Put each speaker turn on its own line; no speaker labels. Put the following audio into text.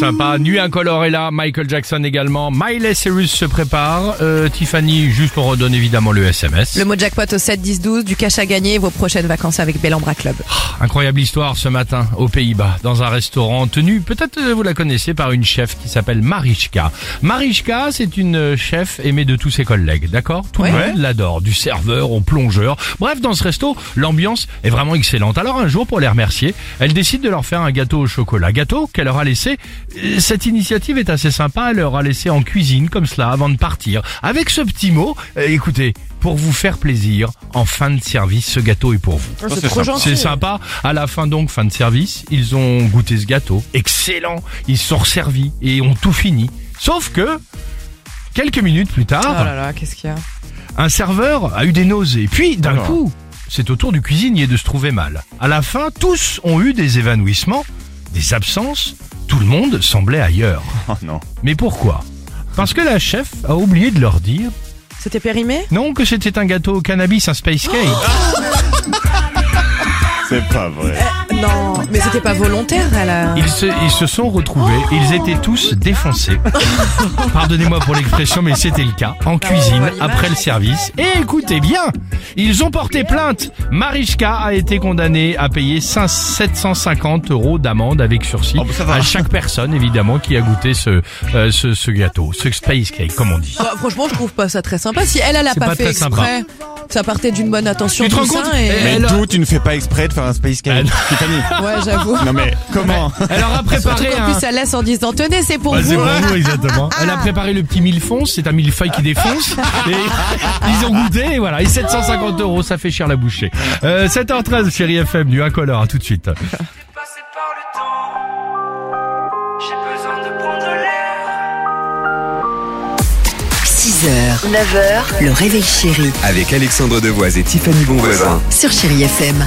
Sympa, Nuit incolore est là, Michael Jackson également, Miley Cyrus se prépare, euh, Tiffany, juste on redonne évidemment le SMS.
Le mot jackpot au 7, 10, 12, du cash à gagner et vos prochaines vacances avec Bellambra Club.
Incroyable histoire ce matin aux Pays-Bas, dans un restaurant tenu, peut-être euh, vous la connaissez, par une chef qui s'appelle Marichka. Marichka, c'est une euh, chef aimée de tous ses collègues, d'accord Tout le monde l'adore, du serveur au plongeur. Bref, dans ce resto, l'ambiance est vraiment excellente. Alors un jour, pour les remercier, elle décide de leur faire un gâteau au chocolat. Gâteau qu'elle leur a laissé. Euh, Cette initiative est assez sympa, elle leur a laissé en cuisine comme cela avant de partir. Avec ce petit mot, euh, écoutez, pour vous faire plaisir, en fin de service, ce gâteau est pour vous. C'est sympa. À la fin donc, fin de service, ils ont goûté ce gâteau. Excellent. Ils se sont resservis et ont tout fini. Sauf que, quelques minutes plus tard,
Oh là là, qu'est-ce qu'il y a
un serveur a eu des nausées. Puis, d'un coup, c'est au tour du cuisinier de se trouver mal. À la fin, tous ont eu des évanouissements, des absences. Tout le monde semblait ailleurs. Mais pourquoi Parce que la chef a oublié de leur dire
C'était périmé
non que c'était un gâteau au cannabis, un space cake.
C'est pas vrai.
Non, mais c'était pas volontaire, elle a...
Ils se, ils se sont retrouvés, ils étaient tous défoncés. Pardonnez-moi pour l'expression, mais c'était le cas. En cuisine, après le service. Et écoutez bien, ils ont porté plainte. Marichka a été condamnée à payer 5 750 euros d'amende avec sursis
Oh, bah, ça va.
à chaque personne, évidemment, qui a goûté ce, euh, ce, ce gâteau, ce space cake, comme on dit.
Bah, franchement, je trouve pas ça très sympa. Si elle, elle a
C'est
pas,
pas
fait
très sympa.
exprès, ça partait d'une bonne attention.
Tu te
tout
rends
ça,
compte
et-
Eh,
Mais
Alors-
d'où tu ne fais pas exprès de faire un space cake,
Ah,
Tiffany
Ouais, j'avoue.
Non mais comment
Elle leur a préparé
En
un...
plus, elle laisse en disant, tenez, c'est pour
Ouais, Bah, c'est
vous. Ah.
pour vous, exactement. Elle a préparé le petit millefond, c'est un millefeuille qui défonce. Et ils ont goûté, et voilà. Et 750 euros, ça fait cher la bouchée. Euh, 7h13, chérie FM, du incolore, à tout de suite.
Passé par le temps. J'ai besoin de prendre l'air.
6h, 9h, le réveil chéri
Avec Alexandre Devoise et Tiffany Bonvoisin.
sur Chérie FM.